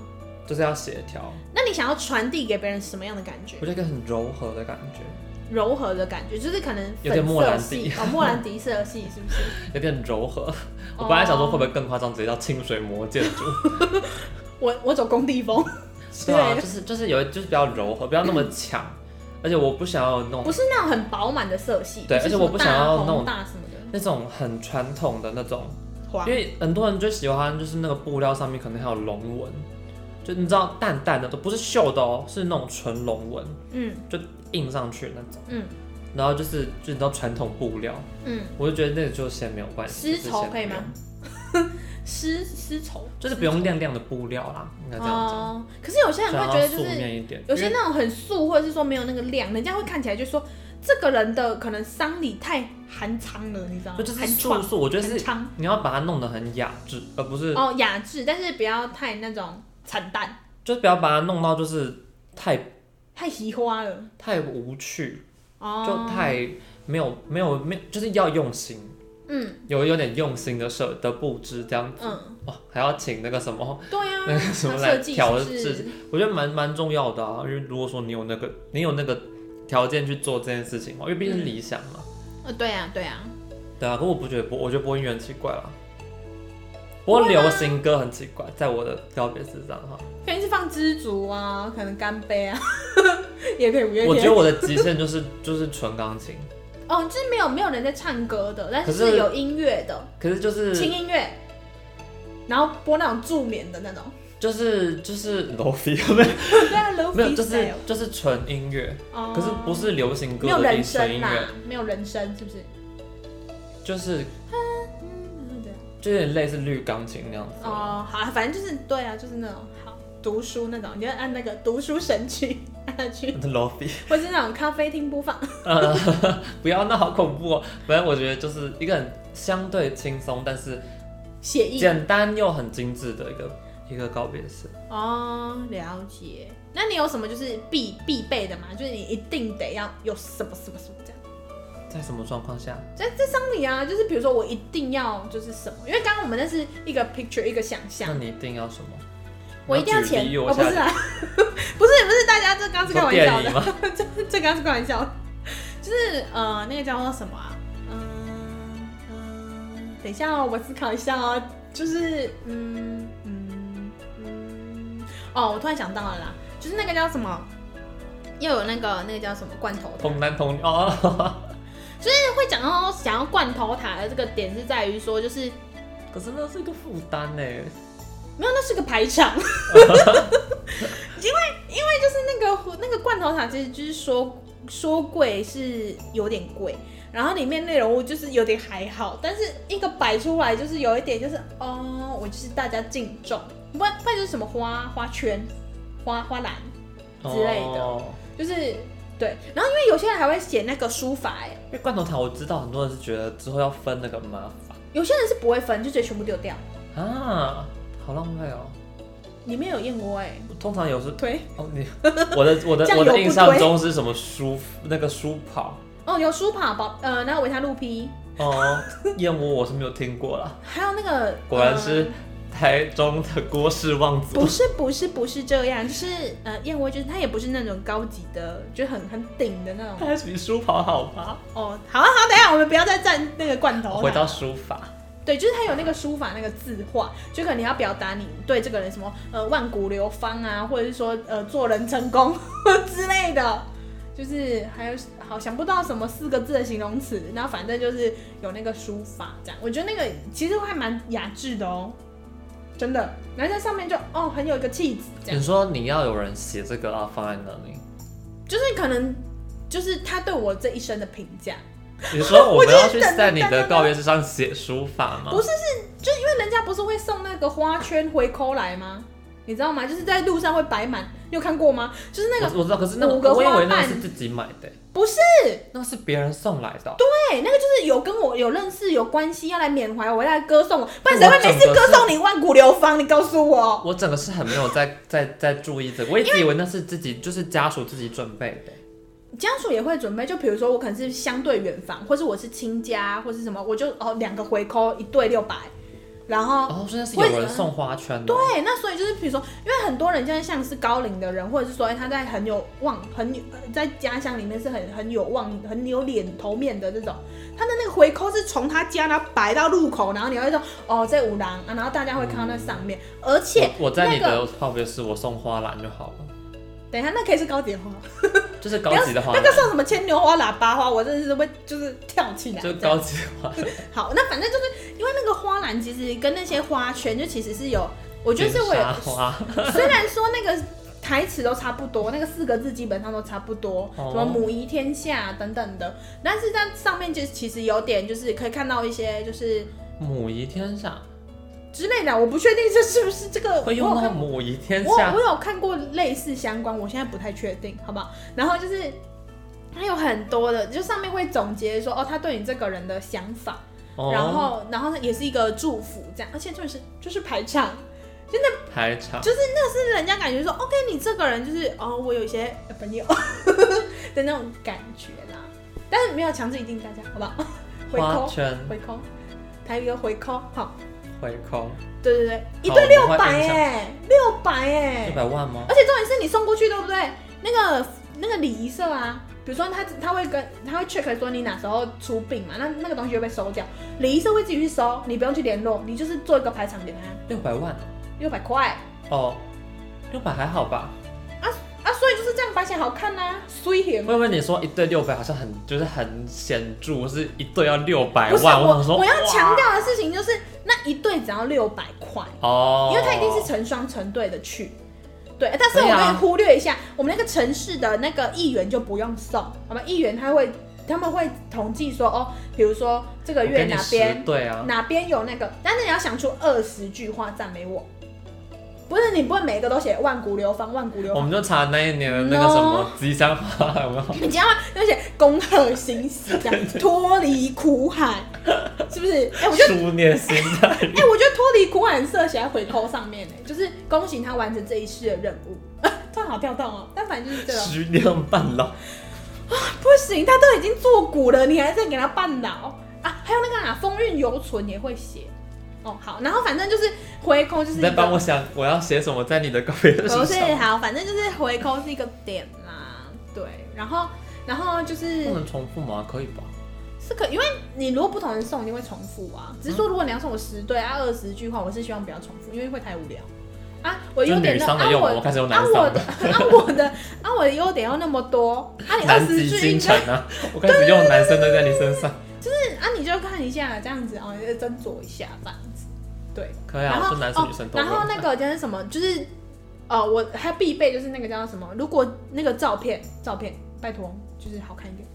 Speaker 1: 就是要协调，
Speaker 3: 那你想要传递给别人什么样的感觉
Speaker 1: 我？觉得一个很柔和的感觉，
Speaker 3: 柔和的感觉，就是可能
Speaker 1: 有点
Speaker 3: 粉
Speaker 1: 莫兰
Speaker 3: 色
Speaker 1: 迪
Speaker 3: 系哦，莫兰迪色系是不 是？
Speaker 1: 有点柔和。我本来想说会不
Speaker 3: 哦
Speaker 1: 会更夸张，直接叫清水模建筑。
Speaker 3: 我我走工地风，
Speaker 1: 对啊，
Speaker 3: 对
Speaker 1: 就是就是有就是比较柔和，不要那么强，而且我不想要有那
Speaker 3: 不
Speaker 1: 种
Speaker 3: 是那种很饱满的色系，
Speaker 1: 对
Speaker 3: 是
Speaker 1: 而且
Speaker 3: 什么
Speaker 1: 我不想要
Speaker 3: 大红
Speaker 1: 那种
Speaker 3: 大什么的
Speaker 1: 那种很传统的那种，
Speaker 3: 花
Speaker 1: 因，为很多人就喜欢就是那个布料上面可能还有龙纹，就你知道淡淡的都不是绣的哦，是那种纯龙纹
Speaker 3: 嗯
Speaker 1: 印上去的那种，
Speaker 3: 嗯
Speaker 1: 然后就是就你知道传统布料，
Speaker 3: 嗯，
Speaker 1: 我就觉得那个就先没有关系，
Speaker 3: 丝
Speaker 1: 就
Speaker 3: 绸
Speaker 1: 是先
Speaker 3: 可以吗
Speaker 1: 不用？
Speaker 3: 丝丝绸
Speaker 1: 就是不用亮亮的布料啦，应该这样讲，
Speaker 3: 哦。可是有些人
Speaker 1: 想
Speaker 3: 会
Speaker 1: 要
Speaker 3: 觉得就
Speaker 1: 素
Speaker 3: 是
Speaker 1: 面一点，
Speaker 3: 有些
Speaker 1: 因为
Speaker 3: 那种很素，或者是说没有那个亮，人家会看起来就说这个人的可能丧礼太含仓了，你知道吗？
Speaker 1: 就就是
Speaker 3: 含
Speaker 1: 素
Speaker 3: 创
Speaker 1: 素，我觉得
Speaker 3: 含
Speaker 1: 是嗯
Speaker 3: 仓
Speaker 1: 你要把它弄得很雅致，而不是
Speaker 3: 哦雅致，但是不要太那种惨淡，
Speaker 1: 就是不要把它弄到就是太
Speaker 3: 太喜花了
Speaker 1: 太无趣，
Speaker 3: 哦，
Speaker 1: 就太没有没有没有，就是要用心，
Speaker 3: 嗯
Speaker 1: 有有点用心的设的布置这样子
Speaker 3: 嗯，
Speaker 1: 哇，还要请那个什么，
Speaker 3: 对啊，
Speaker 1: 那个 什么嗯
Speaker 3: 它
Speaker 1: 来
Speaker 3: 设计是
Speaker 1: 调
Speaker 3: 不
Speaker 1: 制
Speaker 3: 是
Speaker 1: 我觉得蛮蛮重要的啊，因为如果说你有那个你有那个条件去做这件事情嘛，因为毕
Speaker 3: 嗯
Speaker 1: 竟是理想嘛，
Speaker 3: 呃对啊对啊，
Speaker 1: 对啊，可我不觉得播，我觉得播音乐很奇怪啦。不过流行歌很奇怪，在我的告别式上哈，
Speaker 3: 可能是放知足啊，可能干杯啊， 也可以五月天。
Speaker 1: 我觉得我的极限就是就是纯钢琴，
Speaker 3: 哦，就是没有没有人在唱歌的，但是
Speaker 1: 可是
Speaker 3: 是有音乐的，
Speaker 1: 可是就是
Speaker 3: 轻音乐，然后播那种助眠的那 种。
Speaker 1: 就是就是 楼飞，
Speaker 3: 对啊，low
Speaker 1: 没有，就是就是纯音乐，可是不是流行歌
Speaker 3: 哦没
Speaker 1: 的
Speaker 3: 有人啊
Speaker 1: 音纯音
Speaker 3: 声
Speaker 1: 乐
Speaker 3: 啦，，没有人声是不是？
Speaker 1: 就是
Speaker 3: 嗯，对。
Speaker 1: 就有点类似绿钢琴那样子。
Speaker 3: 哦，好啊，反正就是对啊，就是那种好读书那种，你就按那个读书神曲 按下去，
Speaker 1: 楼飞，
Speaker 3: 或是那种咖啡厅播放。
Speaker 1: 呃， 不要，那好恐怖哦。反正我觉得就是一个很相对轻松，但是
Speaker 3: 写意
Speaker 1: 简单又很精致的一个一个告别式。
Speaker 3: 哦，了解。那你有什么就是必必备的吗？就是你一定得要有什么什么什么这样。
Speaker 1: 在什么状况下？
Speaker 3: 在在丧礼啊，就是比如说我一定要就是什么，因为刚刚我们那是一个 picture 一个想
Speaker 1: 那
Speaker 3: 象，
Speaker 1: 你一定要什么？
Speaker 3: 我一定要
Speaker 1: 你嗯举
Speaker 3: 钱
Speaker 1: 例我
Speaker 3: 哦，不是啊， 不是不是，大家这刚是开玩笑
Speaker 1: 你说
Speaker 3: 的，
Speaker 1: 电影吗？
Speaker 3: 这这刚是开玩笑的，就是呃呃那个叫做什么啊，嗯、嗯，等一下哦，我思考一下哦，就是嗯嗯嗯，哦，我突然想到了啦，就是那个叫什么，又有那个那个叫什么罐头塔，
Speaker 1: 童男童女哦，
Speaker 3: 会讲到想要罐头塔的这个点是在于说，就是
Speaker 1: 可是那是一个负担欸呢。
Speaker 3: 没有，那是个排场。因为因为就是那个那个罐头塔，其实就是说说贵是有点贵，然后里面内容物就是有点还好，但是一个摆出来就是有一点就是哦，我就是大家敬重，不然不然就是什么花花圈、花花篮，之类的
Speaker 1: 哦
Speaker 3: 就是对。然后因为有些人还会写那个书法、哎，
Speaker 1: 因为罐头塔，我知道很多人是觉得之后要分那个很麻烦
Speaker 3: 有些人是不会分，就直接全部丢掉。
Speaker 1: 啊，好浪费哦。
Speaker 3: 里面有燕窝哎、
Speaker 1: 通常有时
Speaker 3: 推
Speaker 1: 哦， 你我的我的
Speaker 3: 酱油
Speaker 1: 我的
Speaker 3: 不
Speaker 1: 印象
Speaker 3: 推
Speaker 1: 中是什么书那个书 跑
Speaker 3: 哦，有书法宝，呃，然后维他露 P，
Speaker 1: 哦，燕窝我是没有听过啦，
Speaker 3: 还有那个
Speaker 1: 果然
Speaker 3: 呃
Speaker 1: 是台中的郭氏望族
Speaker 3: 不。是不是不是这样，就是呃，燕窝就是它也不是那种高级的，就很很顶的那种。
Speaker 1: 还是比 书跑好吧？
Speaker 3: 哦，好啊好，等一下我们不要再蘸那个罐头
Speaker 1: 哦回
Speaker 3: 了。
Speaker 1: 到书法，
Speaker 3: 对，就是它有那个书法那个字画，就可能你要表达你对这个人什么呃万古流芳啊，或者是说呃做人成功 之类的。就是还有好想不到什么四个字的形容词，然后反正就是有那个书法这样，我觉得那个其实还蛮雅致的哦，真的。然后在上面就哦很有一个气质这样。
Speaker 1: 你说你要有人写这个啊，放在那里。
Speaker 3: 就是可能就是他对我这一生的评价，
Speaker 1: 你说我们要去
Speaker 3: 我就是等
Speaker 1: 在你
Speaker 3: 等
Speaker 1: 的
Speaker 3: 等
Speaker 1: 告别式上写书法吗？
Speaker 3: 不是是，就是因为人家不是会送那个花圈回扣来吗？你知道吗？就是在路上会摆满，你有看过吗？就是那个
Speaker 1: 我我知道，可是那
Speaker 3: 五个
Speaker 1: 我以
Speaker 3: 花
Speaker 1: 为那
Speaker 3: 瓣
Speaker 1: 个是自己买的欸，
Speaker 3: 不是，
Speaker 1: 那是别人送来的哦。
Speaker 3: 对，那个就是有跟我有认识有关系要来缅怀我，要来歌颂我，不然谁会
Speaker 1: 我整
Speaker 3: 没事
Speaker 1: 个
Speaker 3: 歌
Speaker 1: 是
Speaker 3: 颂你万古流芳？你告诉我，
Speaker 1: 我整个是很没有在 在在注意这个，我一直以为那是自己就是家属自己准备的。
Speaker 3: 家属也会准备，就比如说我可能是相对远房，或是我是亲家，或是什么，我就哦两个回扣一对六百，然后
Speaker 1: 哦，所以那是
Speaker 3: 我
Speaker 1: 有
Speaker 3: 也
Speaker 1: 人送花圈的。
Speaker 3: 对，那所以就是比如说，因为很多人现在像是高龄的人，或者是说哎他在很有望、很有呃在家乡里面是很很有望、很有脸头面的这种，他的那个回扣是从他家然后摆到路口，然后你会说哦这五郎啊，然后大家会看到那上面，而且
Speaker 1: 我我在你
Speaker 3: 那个
Speaker 1: 的告别式我送花篮就好了，
Speaker 3: 等一下那可以是高级花，
Speaker 1: 就是
Speaker 3: 不
Speaker 1: 高
Speaker 3: 要
Speaker 1: 级的花
Speaker 3: 那
Speaker 1: 篮
Speaker 3: 个，送什么牵牛花、喇叭花，我真的是会就是跳起来这
Speaker 1: 哦就
Speaker 3: 样，
Speaker 1: 高级的花篮。
Speaker 3: 好，那反正就是因为那个花篮其实跟那些花圈就其实是有，我觉得是会有
Speaker 1: 沙花，
Speaker 3: 虽然说那个台词都差不多，那个四个字基本上都差不多，
Speaker 1: 哦
Speaker 3: 什么母仪天下等等的，但是在上面就其实有点就是可以看到一些就是
Speaker 1: 母仪天下
Speaker 3: 之类的，我不确定这是不是这个
Speaker 1: 会
Speaker 3: 我
Speaker 1: 用
Speaker 3: 有
Speaker 1: 到
Speaker 3: 看
Speaker 1: 母仪天
Speaker 3: 我
Speaker 1: 下
Speaker 3: 我有看过类似相关，我现在不太确定，好不好？然后就是它有很多的，就上面会总结说哦，他对你这个人的想法，然
Speaker 1: 哦，
Speaker 3: 后然后也是一个祝福这样，而且就是就是排场。
Speaker 1: 排场
Speaker 3: 就就是人家感觉说，OK，你这个人就是哦，我有一些呃朋友 的那种感觉啦，但是没有强制一定大家，好不好？回
Speaker 1: 花
Speaker 3: 扣，
Speaker 1: 圈
Speaker 3: 回扣，台语的回扣，好，
Speaker 1: 回空
Speaker 3: 对对对，一
Speaker 1: 好
Speaker 3: 对
Speaker 1: 我
Speaker 3: 六
Speaker 1: 们
Speaker 3: 百
Speaker 1: 换印象
Speaker 3: 哎，六百
Speaker 1: 六
Speaker 3: 哎，
Speaker 1: 百万吗？
Speaker 3: 而且重点是你送过去对不对？那个那个礼仪社啊，比如说他他会跟他会 check 说你哪时候出殡嘛，那那个东西会被收掉，礼仪社会自己去收，你不用去联络，你就是做一个排场给他，
Speaker 1: 六百万
Speaker 3: 六百块。
Speaker 1: 哦，六百还好吧？
Speaker 3: 啊，所以就是这样摆起来好看呐、啊，水型
Speaker 1: 我以为你说一对六百好像很就是很显著，是一对要六百
Speaker 3: 不是
Speaker 1: 万。想
Speaker 3: 我
Speaker 1: 说，
Speaker 3: 我要
Speaker 1: 哇
Speaker 3: 强调的事情就是，那一对只要六百块，
Speaker 1: 哦，
Speaker 3: 因为它一定是成双成对的去。对，但是
Speaker 1: 对
Speaker 3: 我
Speaker 1: 啊
Speaker 3: 们也忽略一下，我们那个城市的那个议员就不用送，好吗？议员他会他们会统计说，哦，比如说这个月哪边
Speaker 1: 对啊，
Speaker 3: 哪边有那个，但是你要想出二十句话赞美我，不是你不会每个都写万古流芳，万古流
Speaker 1: 我
Speaker 3: 芳。
Speaker 1: 们就查那一年的那个什么吉祥话有没有？
Speaker 3: 你知道吗？就写恭贺新喜，这样脱离苦海，是不是？哎、我觉得，
Speaker 1: 书念心态，
Speaker 3: 哎、我觉得脱离苦海很适合写在回扣上面呢、就是恭喜他完成这一世的任务。 突然好跳动哦，但反正就是这种，
Speaker 1: 徐娘半老，
Speaker 3: 不行，他都已经做古了，你还在给他绊倒啊？还有那个啊，风韵犹存也会写。哦，好，然后反正就是回扣，就是
Speaker 1: 你
Speaker 3: 一
Speaker 1: 在
Speaker 3: 个
Speaker 1: 帮我想我要写什么在你的告别
Speaker 3: 不
Speaker 1: 式
Speaker 3: 是
Speaker 1: 上？
Speaker 3: 好，反正就是回扣是一个点啦，对，然后然后就是
Speaker 1: 不能重复吗？可以吧？
Speaker 3: 是可，因为你如果不同人送，一定会重复啊。只是说，如果你要送我十对啊二十句话，我是希望不要重复，因为会太无聊啊。我
Speaker 1: 就
Speaker 3: 优
Speaker 1: 是
Speaker 3: 点
Speaker 1: 女
Speaker 3: 那
Speaker 1: 生
Speaker 3: 啊
Speaker 1: 的用
Speaker 3: 我
Speaker 1: 我开始用
Speaker 3: 啊
Speaker 1: 男
Speaker 3: 我
Speaker 1: 生
Speaker 3: 的
Speaker 1: 的，
Speaker 3: 啊我的啊我的优点要那么多啊你二
Speaker 1: 南
Speaker 3: 十
Speaker 1: 极
Speaker 3: 句应
Speaker 1: 星
Speaker 3: 该
Speaker 1: 辰啊，我开始用男生的在你身上，
Speaker 3: 啊你就看一下这样子哦，你就斟酌一下这样子，对。
Speaker 1: 可以
Speaker 3: 然
Speaker 1: 啊，
Speaker 3: 后
Speaker 1: 就男生女生都
Speaker 3: 哦。然
Speaker 1: 用
Speaker 3: 后那个就是什么，就是呃，我还必备就是那个叫什么，如果那个照片照片，拜托就是好看一点。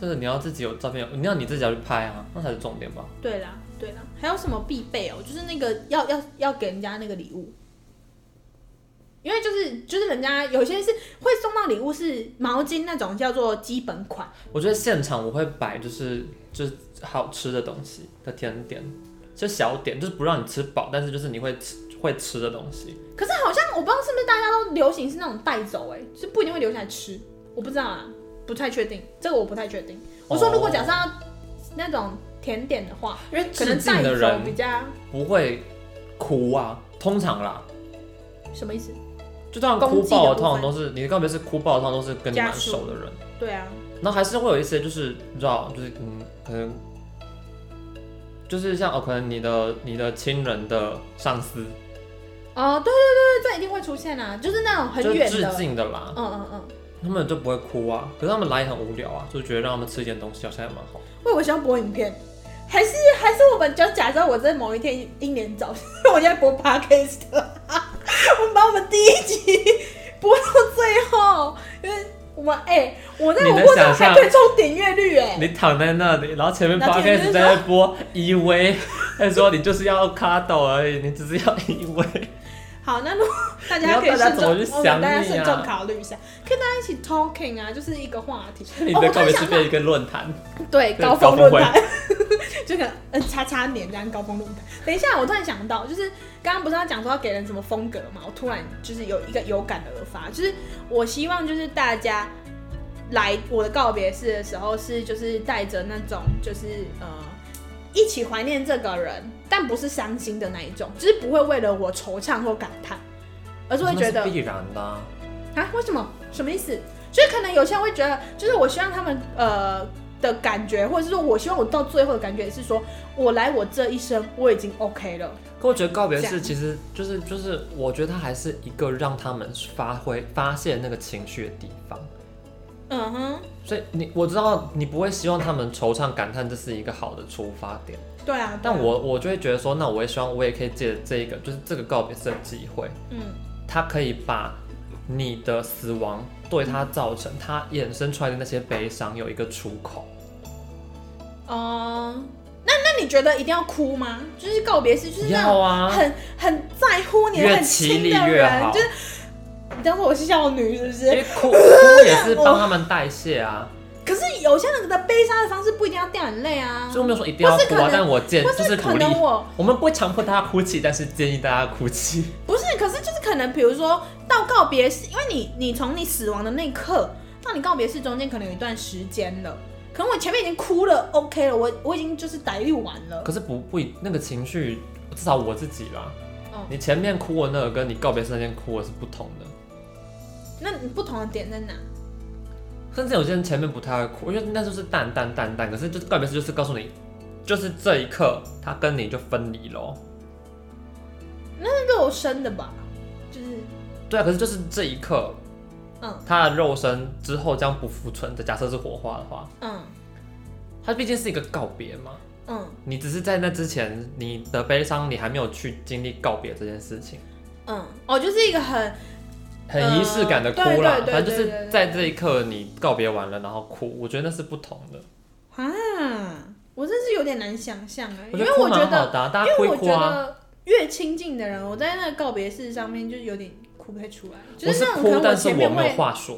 Speaker 1: 就是你要自己有照片，你要你自己要去拍啊，那才是重点吧。
Speaker 3: 对啦对啦，还有什么必备哦？就是那个要要要给人家那个礼物。因为就是就是人家有些是会送到礼物是毛巾那种叫做基本款，
Speaker 1: 我觉得现场我会摆就是就是好吃的东西的甜点，就小点，就是不让你吃饱，但是就是你会吃会吃的东西。
Speaker 3: 可是好像我不知道是不是大家都流行是那种带走、欸，哎，就是不一定会留下来吃，我不知道啊，不太确定，这个我不太确定。我说如果假设要那种甜点的话，
Speaker 1: 因为致
Speaker 3: 可能带
Speaker 1: 敬的
Speaker 3: 走比
Speaker 1: 人
Speaker 3: 较
Speaker 1: 不会哭啊，通常啦，
Speaker 3: 什么意思？
Speaker 1: 就通常哭爆的
Speaker 3: 攻击的部分
Speaker 1: 通常都是你告别是哭爆的，通常都是跟你蛮熟的人，
Speaker 3: 对啊，
Speaker 1: 然后还是会有一些就是你知道就是嗯可能。就是像哦，可能你的你的亲人的上司，
Speaker 3: 哦，对对对对，这一定会出现啊，就是那种
Speaker 1: 就
Speaker 3: 很
Speaker 1: 是
Speaker 3: 远
Speaker 1: 致
Speaker 3: 的，
Speaker 1: 敬的啦
Speaker 3: 嗯，嗯嗯。
Speaker 1: 他们就不会哭啊。可是他们来也很无聊啊，就觉得让他们吃一点东西好像也蛮好。
Speaker 3: 我以为是要播影片，还是还是我们就假设我在某一天英年早逝，我就在播 podcast，了我们把我们第一集播到最后，因为我们哎、我在
Speaker 1: 你
Speaker 3: 我
Speaker 1: 能
Speaker 3: 过程
Speaker 1: 想象
Speaker 3: 还可以冲点阅率哎、
Speaker 1: 你躺在那里，然后前面
Speaker 3: 那
Speaker 1: 八
Speaker 3: 前
Speaker 1: 开
Speaker 3: 面
Speaker 1: 始在那播依偎，他说你就是要卡抖而已，你只是要依偎。
Speaker 3: 哦好，那如果大
Speaker 1: 你
Speaker 3: 家
Speaker 1: 要
Speaker 3: 可以
Speaker 1: 大家
Speaker 3: 慎
Speaker 1: 怎
Speaker 3: 重，
Speaker 1: 么去
Speaker 3: 我
Speaker 1: 想
Speaker 3: 们哦大家
Speaker 1: 你
Speaker 3: 慎
Speaker 1: 啊
Speaker 3: 重考虑一下，可以大家一起 talking 啊，就是一个话题。
Speaker 1: 你啊
Speaker 3: 哦
Speaker 1: 的
Speaker 3: 我
Speaker 1: 告
Speaker 3: 突
Speaker 1: 别
Speaker 3: 然
Speaker 1: 是
Speaker 3: 想到
Speaker 1: 变一个论坛，
Speaker 3: 对
Speaker 1: 对
Speaker 3: 高
Speaker 1: 高
Speaker 3: 峰
Speaker 1: 峰
Speaker 3: 论
Speaker 1: 会
Speaker 3: 坛， 就可能嗯叉叉年这样高峰论坛。等一下，我突然想到，就是刚刚不是要讲说要给人什么风格嘛，我突然就是有一个有感而发，就是我希望就是大家来我的告别式的时候是就是带着那种就是呃一起怀念这个人，但不是伤心的那一种，就是不会为了我惆怅或感叹，而是会觉得
Speaker 1: 哦那是必然的啊、
Speaker 3: 啊？为什么？什么意思？就是可能有些人会觉得，就是我希望他们呃的感觉，或者是说我希望我到最后的感觉也是说，我来我这一生我已经 OK 了。
Speaker 1: 可我觉得告别
Speaker 3: 这
Speaker 1: 式
Speaker 3: 样
Speaker 1: 其实就是就是，我觉得它还是一个让他们发挥发泄那个情绪的地方。
Speaker 3: 嗯哼，
Speaker 1: 所以你我知道你不会希望他们惆怅感叹，这是一个好的出发点。
Speaker 3: 对啊。
Speaker 1: 但
Speaker 3: 对啊
Speaker 1: 我我就会觉得说，那我也希望我也可以借着这一个就是这个告别式的机会，
Speaker 3: 嗯
Speaker 1: 他可以把你的死亡对他造成他衍生出来的那些悲伤有一个出口。
Speaker 3: 哦、那那你觉得一定要哭吗？就是告别式，就是那
Speaker 1: 要
Speaker 3: 种
Speaker 1: 啊，
Speaker 3: 很、很在乎你、
Speaker 1: 越
Speaker 3: 很
Speaker 1: 凄
Speaker 3: 亲
Speaker 1: 厉
Speaker 3: 的
Speaker 1: 越
Speaker 3: 人，
Speaker 1: 好，
Speaker 3: 就是你当做我是少女是不
Speaker 1: 因
Speaker 3: 是？
Speaker 1: 为哭哭也是帮他们代谢啊，
Speaker 3: 可是有些人的悲伤的方式不一定要掉眼泪啊
Speaker 1: 所以，我没有说一定要
Speaker 3: 或是
Speaker 1: 哭
Speaker 3: 可
Speaker 1: 啊
Speaker 3: 能，
Speaker 1: 但我建
Speaker 3: 或
Speaker 1: 就是
Speaker 3: 可
Speaker 1: 鼓励
Speaker 3: 能。我
Speaker 1: 我们不会强迫大家哭泣，但是建议大家哭泣。
Speaker 3: 不是，可是就是可能，比如说到告别式，因为你你从你死亡的那一刻到你告别式中间，可能有一段时间了。可能我前面已经哭了，OK 了，我我已经就是打六完了。
Speaker 1: 可是不不一那个情绪，至少我自己啦
Speaker 3: 嗯。
Speaker 1: 你前面哭的那个跟你告别式那天哭的是不同的，
Speaker 3: 那你不同的点在哪？
Speaker 1: 甚至有些人前面不太会哭，因为那就是淡淡淡淡。可是就是告别式就是告诉你，就是这一刻他跟你就分离喽。
Speaker 3: 那肉身的吧，就是
Speaker 1: 对啊，可是就是这一刻，
Speaker 3: 嗯
Speaker 1: 他的肉身之后将不复存的。假设是火化的话，
Speaker 3: 嗯
Speaker 1: 它毕竟是一个告别嘛。
Speaker 3: 嗯
Speaker 1: 你只是在那之前，你的悲伤你还没有去经历告别这件事情，
Speaker 3: 嗯，哦，就是一个很
Speaker 1: 很仪式感的哭啦。
Speaker 3: 呃对对对
Speaker 1: 反正就
Speaker 3: 对对
Speaker 1: 是
Speaker 3: 对
Speaker 1: 在这一刻你告别完了，然后哭，我觉得那是不同的。
Speaker 3: 啊，我真是有点难想象哎、因
Speaker 1: 觉
Speaker 3: 为
Speaker 1: 哭
Speaker 3: 我觉
Speaker 1: 蛮好
Speaker 3: 得，
Speaker 1: 的啊、大
Speaker 3: 因
Speaker 1: 家哭
Speaker 3: 为
Speaker 1: 一
Speaker 3: 我觉
Speaker 1: 哭啊。
Speaker 3: 得越亲近的人，我在那个告别式上面就是有点哭不太出来，就
Speaker 1: 我是
Speaker 3: 那种可
Speaker 1: 哭，
Speaker 3: 能
Speaker 1: 但是
Speaker 3: 前
Speaker 1: 我
Speaker 3: 面
Speaker 1: 没
Speaker 3: 会
Speaker 1: 有话说。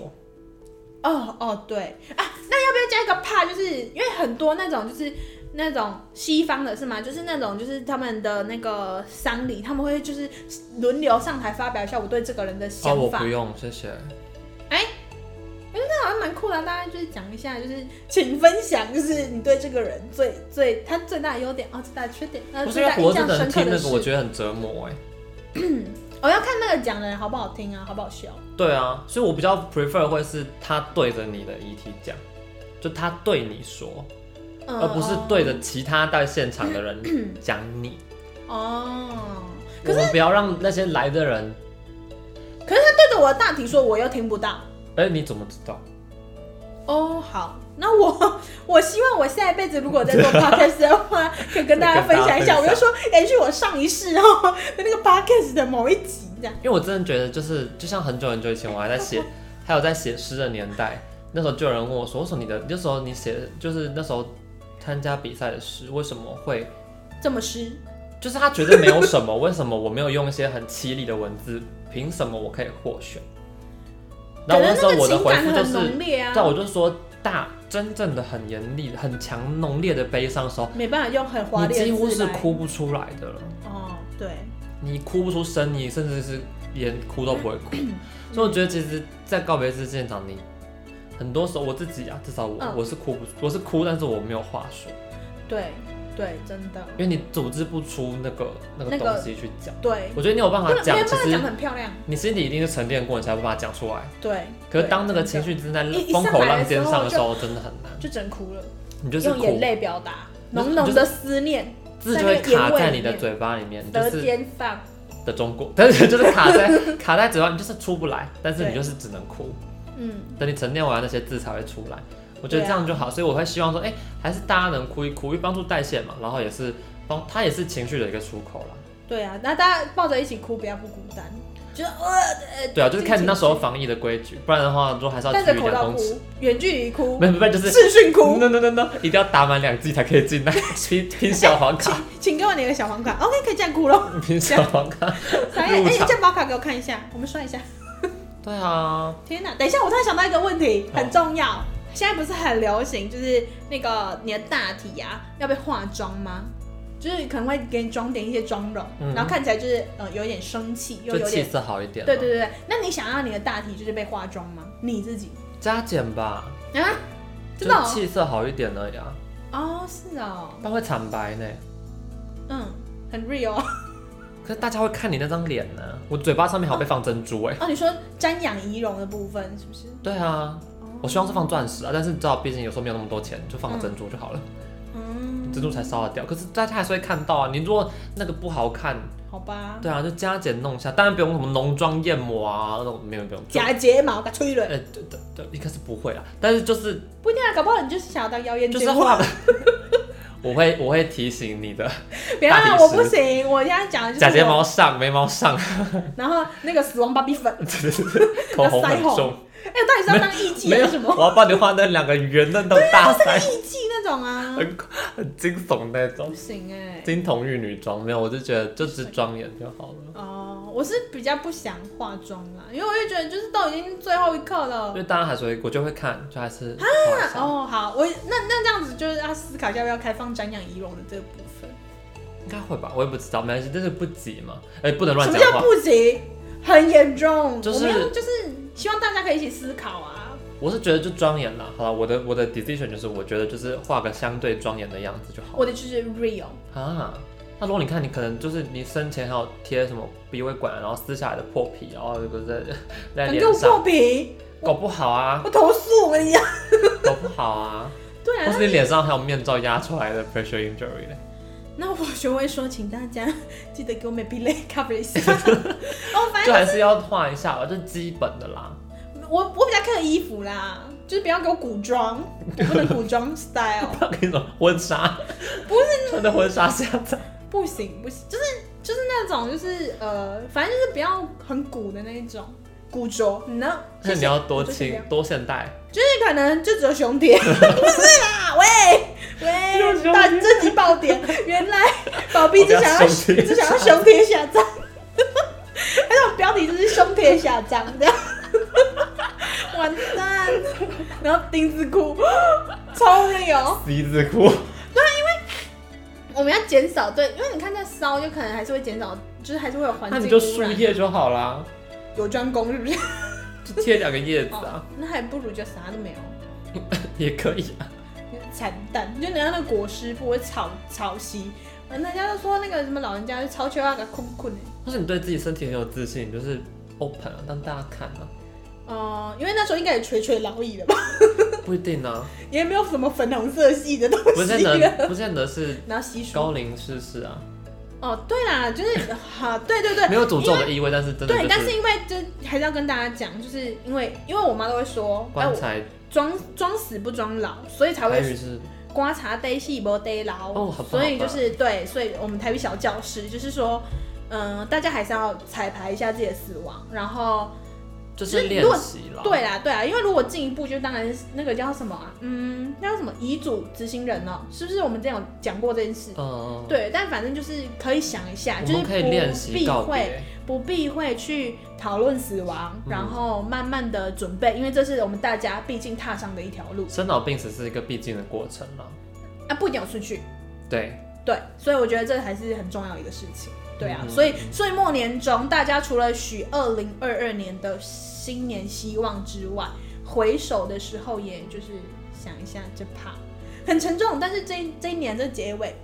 Speaker 3: 哦哦，对啊，那要不要加一个怕？就是因为很多那种就是那种西方的是吗？就是那种就是他们的那个丧礼，他们会就是轮流上台发表一下我对这个人的
Speaker 1: 哦，
Speaker 3: 想
Speaker 1: 我
Speaker 3: 法
Speaker 1: 不，用，谢谢。
Speaker 3: 那好像蛮酷的啊、大家就是讲一下，就是请分享，就是你对这个人最最他最大的优点哦，最大的缺点，呃，
Speaker 1: 不是
Speaker 3: 最
Speaker 1: 因为
Speaker 3: 大印
Speaker 1: 活着
Speaker 3: 象
Speaker 1: 的
Speaker 3: 深
Speaker 1: 人
Speaker 3: 刻
Speaker 1: 听那
Speaker 3: 的
Speaker 1: 个，
Speaker 3: 事。
Speaker 1: 我觉得很折磨哎、
Speaker 3: 我、要看那个讲的人好不好听啊，好不好笑？
Speaker 1: 对啊，所以我比较 prefer 会是他对着你的遗体讲，就他对你说，
Speaker 3: 嗯
Speaker 1: 呃而不是对着其他在现场的人 讲你。
Speaker 3: 哦。
Speaker 1: 我们不要让那些来的人，
Speaker 3: 可是他对着我的大体说，我又听不到。
Speaker 1: 哎、你怎么知道？
Speaker 3: 哦，好，那我我希望我下一辈子如果在做 podcast 的话，可以跟大家分享一下。
Speaker 1: 啊跟大家分享
Speaker 3: 我就说，延续我上一世哦的那个 podcast 的某一集这样。
Speaker 1: 因为我真的觉得，就是就像很久很久以前，我还在写，还有在写诗的年代，那时候就有人问我说，为什么你的那时候你写，就是那时候参加比赛的诗，为什么会？
Speaker 3: 这么湿，
Speaker 1: 就是他觉得没有什么，为什么我没有用一些很凄厉的文字？凭什么我可以获选？然
Speaker 3: 可
Speaker 1: 后
Speaker 3: 能
Speaker 1: 那时候
Speaker 3: 那个
Speaker 1: 我的
Speaker 3: 情
Speaker 1: 回
Speaker 3: 感
Speaker 1: 复就
Speaker 3: 很
Speaker 1: 是
Speaker 3: 浓，烈啊
Speaker 1: 对，，我就说大真正的很严厉、很强、浓烈的悲伤的时候，
Speaker 3: 没办法用很华
Speaker 1: 你
Speaker 3: 丽的
Speaker 1: 几乎
Speaker 3: 字
Speaker 1: 是
Speaker 3: 来。
Speaker 1: 哭不出来的了。
Speaker 3: 哦，对，
Speaker 1: 你哭不出声，你甚至是连哭都不会 哭。所以我觉得，其实，在告别式现场，你很多时候我自己啊，至少我、
Speaker 3: 嗯
Speaker 1: 我是哭不出，我是哭，但是我没有话说，
Speaker 3: 对，对，真的，
Speaker 1: 因为你组织不出那个那个
Speaker 3: 那个
Speaker 1: 东西去讲。
Speaker 3: 对，
Speaker 1: 我觉得你有办
Speaker 3: 不
Speaker 1: 法
Speaker 3: 能没
Speaker 1: 讲，
Speaker 3: 办
Speaker 1: 其
Speaker 3: 法
Speaker 1: 实
Speaker 3: 讲很漂亮。
Speaker 1: 你心里一定是沉淀过，你才有办法讲出来。
Speaker 3: 对，
Speaker 1: 可是当那个
Speaker 3: 对真
Speaker 1: 情
Speaker 3: 的
Speaker 1: 绪正在
Speaker 3: 一一
Speaker 1: 风
Speaker 3: 上
Speaker 1: 口
Speaker 3: 来的
Speaker 1: 浪尖
Speaker 3: 时候
Speaker 1: 上的
Speaker 3: 就
Speaker 1: 时候，真的很难，
Speaker 3: 就真哭了，
Speaker 1: 你就是
Speaker 3: 用眼
Speaker 1: 哭，
Speaker 3: 泪表达
Speaker 1: 你就
Speaker 3: 浓浓
Speaker 1: 你
Speaker 3: 的思念，
Speaker 1: 字
Speaker 3: 在
Speaker 1: 就
Speaker 3: 那
Speaker 1: 会
Speaker 3: 个眼
Speaker 1: 卡
Speaker 3: 尾
Speaker 1: 在
Speaker 3: 里
Speaker 1: 你的
Speaker 3: 面
Speaker 1: 嘴巴里面，你就
Speaker 3: 舌
Speaker 1: 是
Speaker 3: 尖上。
Speaker 1: 的中国， 但是就是卡 在卡在嘴巴，你就是出不来，但是你就是只能哭，
Speaker 3: 嗯，
Speaker 1: 等你沉淀完那些字才会出来。我觉得
Speaker 3: 对啊
Speaker 1: 这样就好，所以我会希望说，哎、还是大家能哭一哭，因为帮助代谢嘛，然后也是帮它也是情绪的一个出口啦。
Speaker 3: 对啊，那大家抱着一起哭，不要不孤单，就是呃，
Speaker 1: 对啊，就是看那时候防疫的规矩，不然的话，如果还是要
Speaker 3: 戴
Speaker 1: 距
Speaker 3: 着
Speaker 1: 离
Speaker 3: 口
Speaker 1: 两
Speaker 3: 罩
Speaker 1: 公尺，
Speaker 3: 哭，远距离哭，
Speaker 1: 没有没有，就是
Speaker 3: 视讯哭，
Speaker 1: no no no no，一定要打满两剂才可以 进来，拼拼小黄卡，
Speaker 3: 请给我你的小黄卡，OK，可以这样哭喽。
Speaker 1: 拼小黄卡
Speaker 3: 哎
Speaker 1: 入
Speaker 3: 哎，
Speaker 1: 场。
Speaker 3: 这宝卡给我看一下，我们刷一下。
Speaker 1: 对啊，
Speaker 3: 天哪，等一下，我突然想到一个问题，
Speaker 1: 好
Speaker 3: 很重要。现在不是很流行，就是那个你的大体啊，要被化妆吗？就是可能会给你装点一些妆容，
Speaker 1: 嗯
Speaker 3: 然后看起来就是呃有一点生气，又
Speaker 1: 就
Speaker 3: 有
Speaker 1: 气
Speaker 3: 点
Speaker 1: 色好一点。啊
Speaker 3: 对对，对对。那你想要你的大体就是被化妆吗？你自己
Speaker 1: 加减吧，
Speaker 3: 啊？
Speaker 1: 就
Speaker 3: 真的
Speaker 1: 是
Speaker 3: 哦？
Speaker 1: 气色好一点而已啊，
Speaker 3: 哦，是哦，
Speaker 1: 不然会惨白呢。
Speaker 3: 嗯，很 real 哦。
Speaker 1: 可是大家会看你那张脸呢、我嘴巴上面还有被放珍珠哎、
Speaker 3: 哦，你说瞻仰仪容的部分是不是？
Speaker 1: 对啊，我希望是放钻石啊，但是你知道，毕竟有时候没有那么多钱，就放个珍珠就好了，
Speaker 3: 嗯，
Speaker 1: 珍珠才烧得掉。可是大家还是会看到啊，你如果那个不好看，
Speaker 3: 好吧，
Speaker 1: 对啊，就加减弄一下，当然不用什么浓妆艳抹啊那种，没有不用。就
Speaker 3: 假睫毛给它吹了，
Speaker 1: 呃，对对对，应该是不会啦，但是就是
Speaker 3: 不一定啊，搞不好你就是想要当妖艳
Speaker 1: 就
Speaker 3: 贱
Speaker 1: 是
Speaker 3: 货。
Speaker 1: 画的， 我会我会提醒你的，
Speaker 3: 不要
Speaker 1: 大
Speaker 3: 啦，
Speaker 1: 理石
Speaker 3: 我不行，我现在讲的就是
Speaker 1: 假睫
Speaker 3: 我
Speaker 1: 毛上，眉毛上，
Speaker 3: 然后那个死亡芭比粉，
Speaker 1: 口红
Speaker 3: 那
Speaker 1: 很
Speaker 3: 腮红
Speaker 1: 重，
Speaker 3: 哎、我到底是要当艺妓
Speaker 1: 没
Speaker 3: 还
Speaker 1: 有
Speaker 3: 是什， 么？啊
Speaker 1: 我要帮你画那两个圆嫩的大腮，
Speaker 3: 艺妓那种啊，
Speaker 1: 很很惊悚那种
Speaker 3: 不。行哎、
Speaker 1: 金童玉女装没有，我就觉得就只妆眼就好了，
Speaker 3: 哦，我是比较不想化妆啦，因为我就觉得就是都已经最后一刻
Speaker 1: 因
Speaker 3: 了。
Speaker 1: 为大家还是会，我就会看，就还是画一下
Speaker 3: 哦，好，我那那这样子就是要思考一下要不要开放瞻仰仪容的这个部分。
Speaker 1: 应该会吧，我也不知道，没关系，但是不急嘛，哎、不能
Speaker 3: 什
Speaker 1: 乱
Speaker 3: 么
Speaker 1: 讲
Speaker 3: 叫
Speaker 1: 话。
Speaker 3: 不行？很严重，
Speaker 1: 就是
Speaker 3: 我们要就是希望大家可以一起思考啊。
Speaker 1: 我是觉得就庄严啦，好了，我的我的 decision 就是我觉得就是画个相对庄严的样子就好
Speaker 3: 我的就是 real，
Speaker 1: 啊。那如果你看，你可能就是你生前还有贴什么鼻胃管，然后撕下来的破皮，然后这个在 在
Speaker 3: 你给我
Speaker 1: 脸上，
Speaker 3: 破皮，
Speaker 1: 搞不好啊，
Speaker 3: 我投诉我跟你讲。
Speaker 1: 搞不好啊，
Speaker 3: 对
Speaker 1: 或
Speaker 3: 啊，
Speaker 1: 是你脸上还有面罩压出来的 pressure injury 呢？
Speaker 3: 那我就会说，请大家记得给我 maybe l cover 一 下。哦，反
Speaker 1: 就
Speaker 3: 正
Speaker 1: 还是要画一下吧，就基本的啦。
Speaker 3: 我我比较看衣服啦，就是不要给我古装，我不能古 装 style，
Speaker 1: 不要跟你说婚纱，
Speaker 3: 不
Speaker 1: 是穿着婚纱下场，
Speaker 3: 不行不行，就是就是那种就是呃，反正就是不要很古的那一种古着，你呢？
Speaker 1: 那你要多
Speaker 3: 我就是这
Speaker 1: 亲
Speaker 3: 样
Speaker 1: 多现代，
Speaker 3: 就是可能就只有熊点， 不是啦，喂
Speaker 1: 有
Speaker 3: 喂，
Speaker 1: 熊
Speaker 3: 大
Speaker 1: 贴
Speaker 3: 这集爆点，原来宝碧只想要
Speaker 1: 我不要熊贴
Speaker 3: 只想要胸贴下葬，还有标题就是胸贴下葬这样， 完蛋，然后丁字裤， 超 real，
Speaker 1: 十一字裤，
Speaker 3: 我们要减少对，因为你看在烧就可能还是会减少，就是还是会有环
Speaker 1: 那你
Speaker 3: 境
Speaker 1: 就
Speaker 3: 污
Speaker 1: 树
Speaker 3: 染，
Speaker 1: 叶就好啦，
Speaker 3: 有专攻是不是？
Speaker 1: 就贴两个叶子
Speaker 3: 哦
Speaker 1: 啊，，
Speaker 3: 那还不如就啥都没有。
Speaker 1: 也可以啊。
Speaker 3: 惨淡，就人家那国师傅会草草席，呃人家都说那个什么老人家就超缺那个困困的。
Speaker 1: 或是你对自己身体很有自信，你就是 open 啊，让大家看啊。
Speaker 3: 呃哦、因为那时候应该也垂垂老矣了吧？
Speaker 1: 不一定啊，
Speaker 3: 也没有什么粉红色系的东
Speaker 1: 不见
Speaker 3: 西了。
Speaker 1: 得不见得是
Speaker 3: 然后稀疏。
Speaker 1: 高龄逝世 啊，
Speaker 3: 哦，对啦，就是好、啊， 对对对，
Speaker 1: 没有诅咒的意味，但是真的
Speaker 3: 对，
Speaker 1: 就
Speaker 3: 但是哎因为就还是要跟大家讲，就是因为因为我妈都会说，哎，
Speaker 1: 棺
Speaker 3: 我
Speaker 1: 材
Speaker 3: 装装死不装老，所以才
Speaker 1: 台
Speaker 3: 会
Speaker 1: 语是
Speaker 3: 观察得细不得牢。
Speaker 1: 哦好棒
Speaker 3: 所以就是对，所以我们台语小教师就是说，嗯、大家还是要彩排一下自己的死亡，然后
Speaker 1: 就是
Speaker 3: 就是
Speaker 1: 练
Speaker 3: 如果
Speaker 1: 习啦，
Speaker 3: 对啦对啦，因为如果进一步，就当然是那个叫什么啊，嗯，那叫什么遗嘱执行人哦，是不是我们之前有讲过这件事？
Speaker 1: 嗯，
Speaker 3: 对，但反正就是可以想一下，
Speaker 1: 我
Speaker 3: 就是
Speaker 1: 们可以练
Speaker 3: 不
Speaker 1: 习
Speaker 3: 避
Speaker 1: 告
Speaker 3: 讳
Speaker 1: 别，
Speaker 3: 不避讳去讨论死亡，
Speaker 1: 嗯
Speaker 3: 然后慢慢的准备，因为这是我们大家毕竟踏上的一条路
Speaker 1: 生老病死是一个必经的过程啦，
Speaker 3: 啊，不一定有出去，
Speaker 1: 对，
Speaker 3: 对，所以我觉得这还是很重要的一个事情，对啊，
Speaker 1: 嗯
Speaker 3: 所以岁末年终，大家除了许二零二二年的新年希望之外，回首的时候，也就是想一下这趴很沉重，但是这一这一年这结尾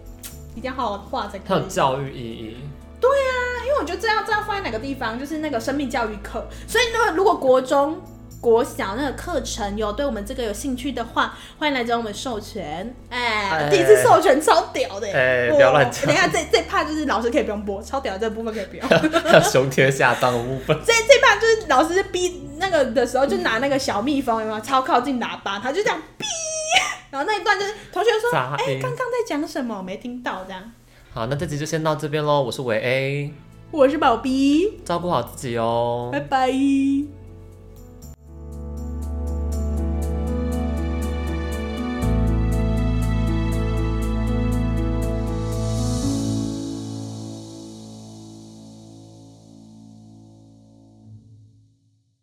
Speaker 3: 一定要好好画才
Speaker 1: 它
Speaker 3: 可以
Speaker 1: 有，教育意 义，
Speaker 3: 因为我觉得这要这要放在哪个地方，就是那个生命教育课。所以呢，如果国中、国小那个课程有对我们这个有兴趣的话，欢迎来找我们授权。哎、
Speaker 1: 哎
Speaker 3: 第一次授权超屌的、
Speaker 1: 哎
Speaker 3: 哇
Speaker 1: 不要乱讲
Speaker 3: 等一下这这怕就是老师可以不用播，超屌的这部分可以不用。
Speaker 1: 还有熊天下当的部分，
Speaker 3: 这 这怕就是老师逼那个的时候，就拿那个小蜜蜂有没有超靠近喇叭，他就这样逼，然后那一段就是同学说，
Speaker 1: 杂
Speaker 3: 哎、
Speaker 1: 音
Speaker 3: 刚刚在讲什么？没听到这样。
Speaker 1: 好，那这集就先到这边喽，我是伟 A，
Speaker 3: 我是宝逼，
Speaker 1: 照顾好自己哦，
Speaker 3: 拜拜。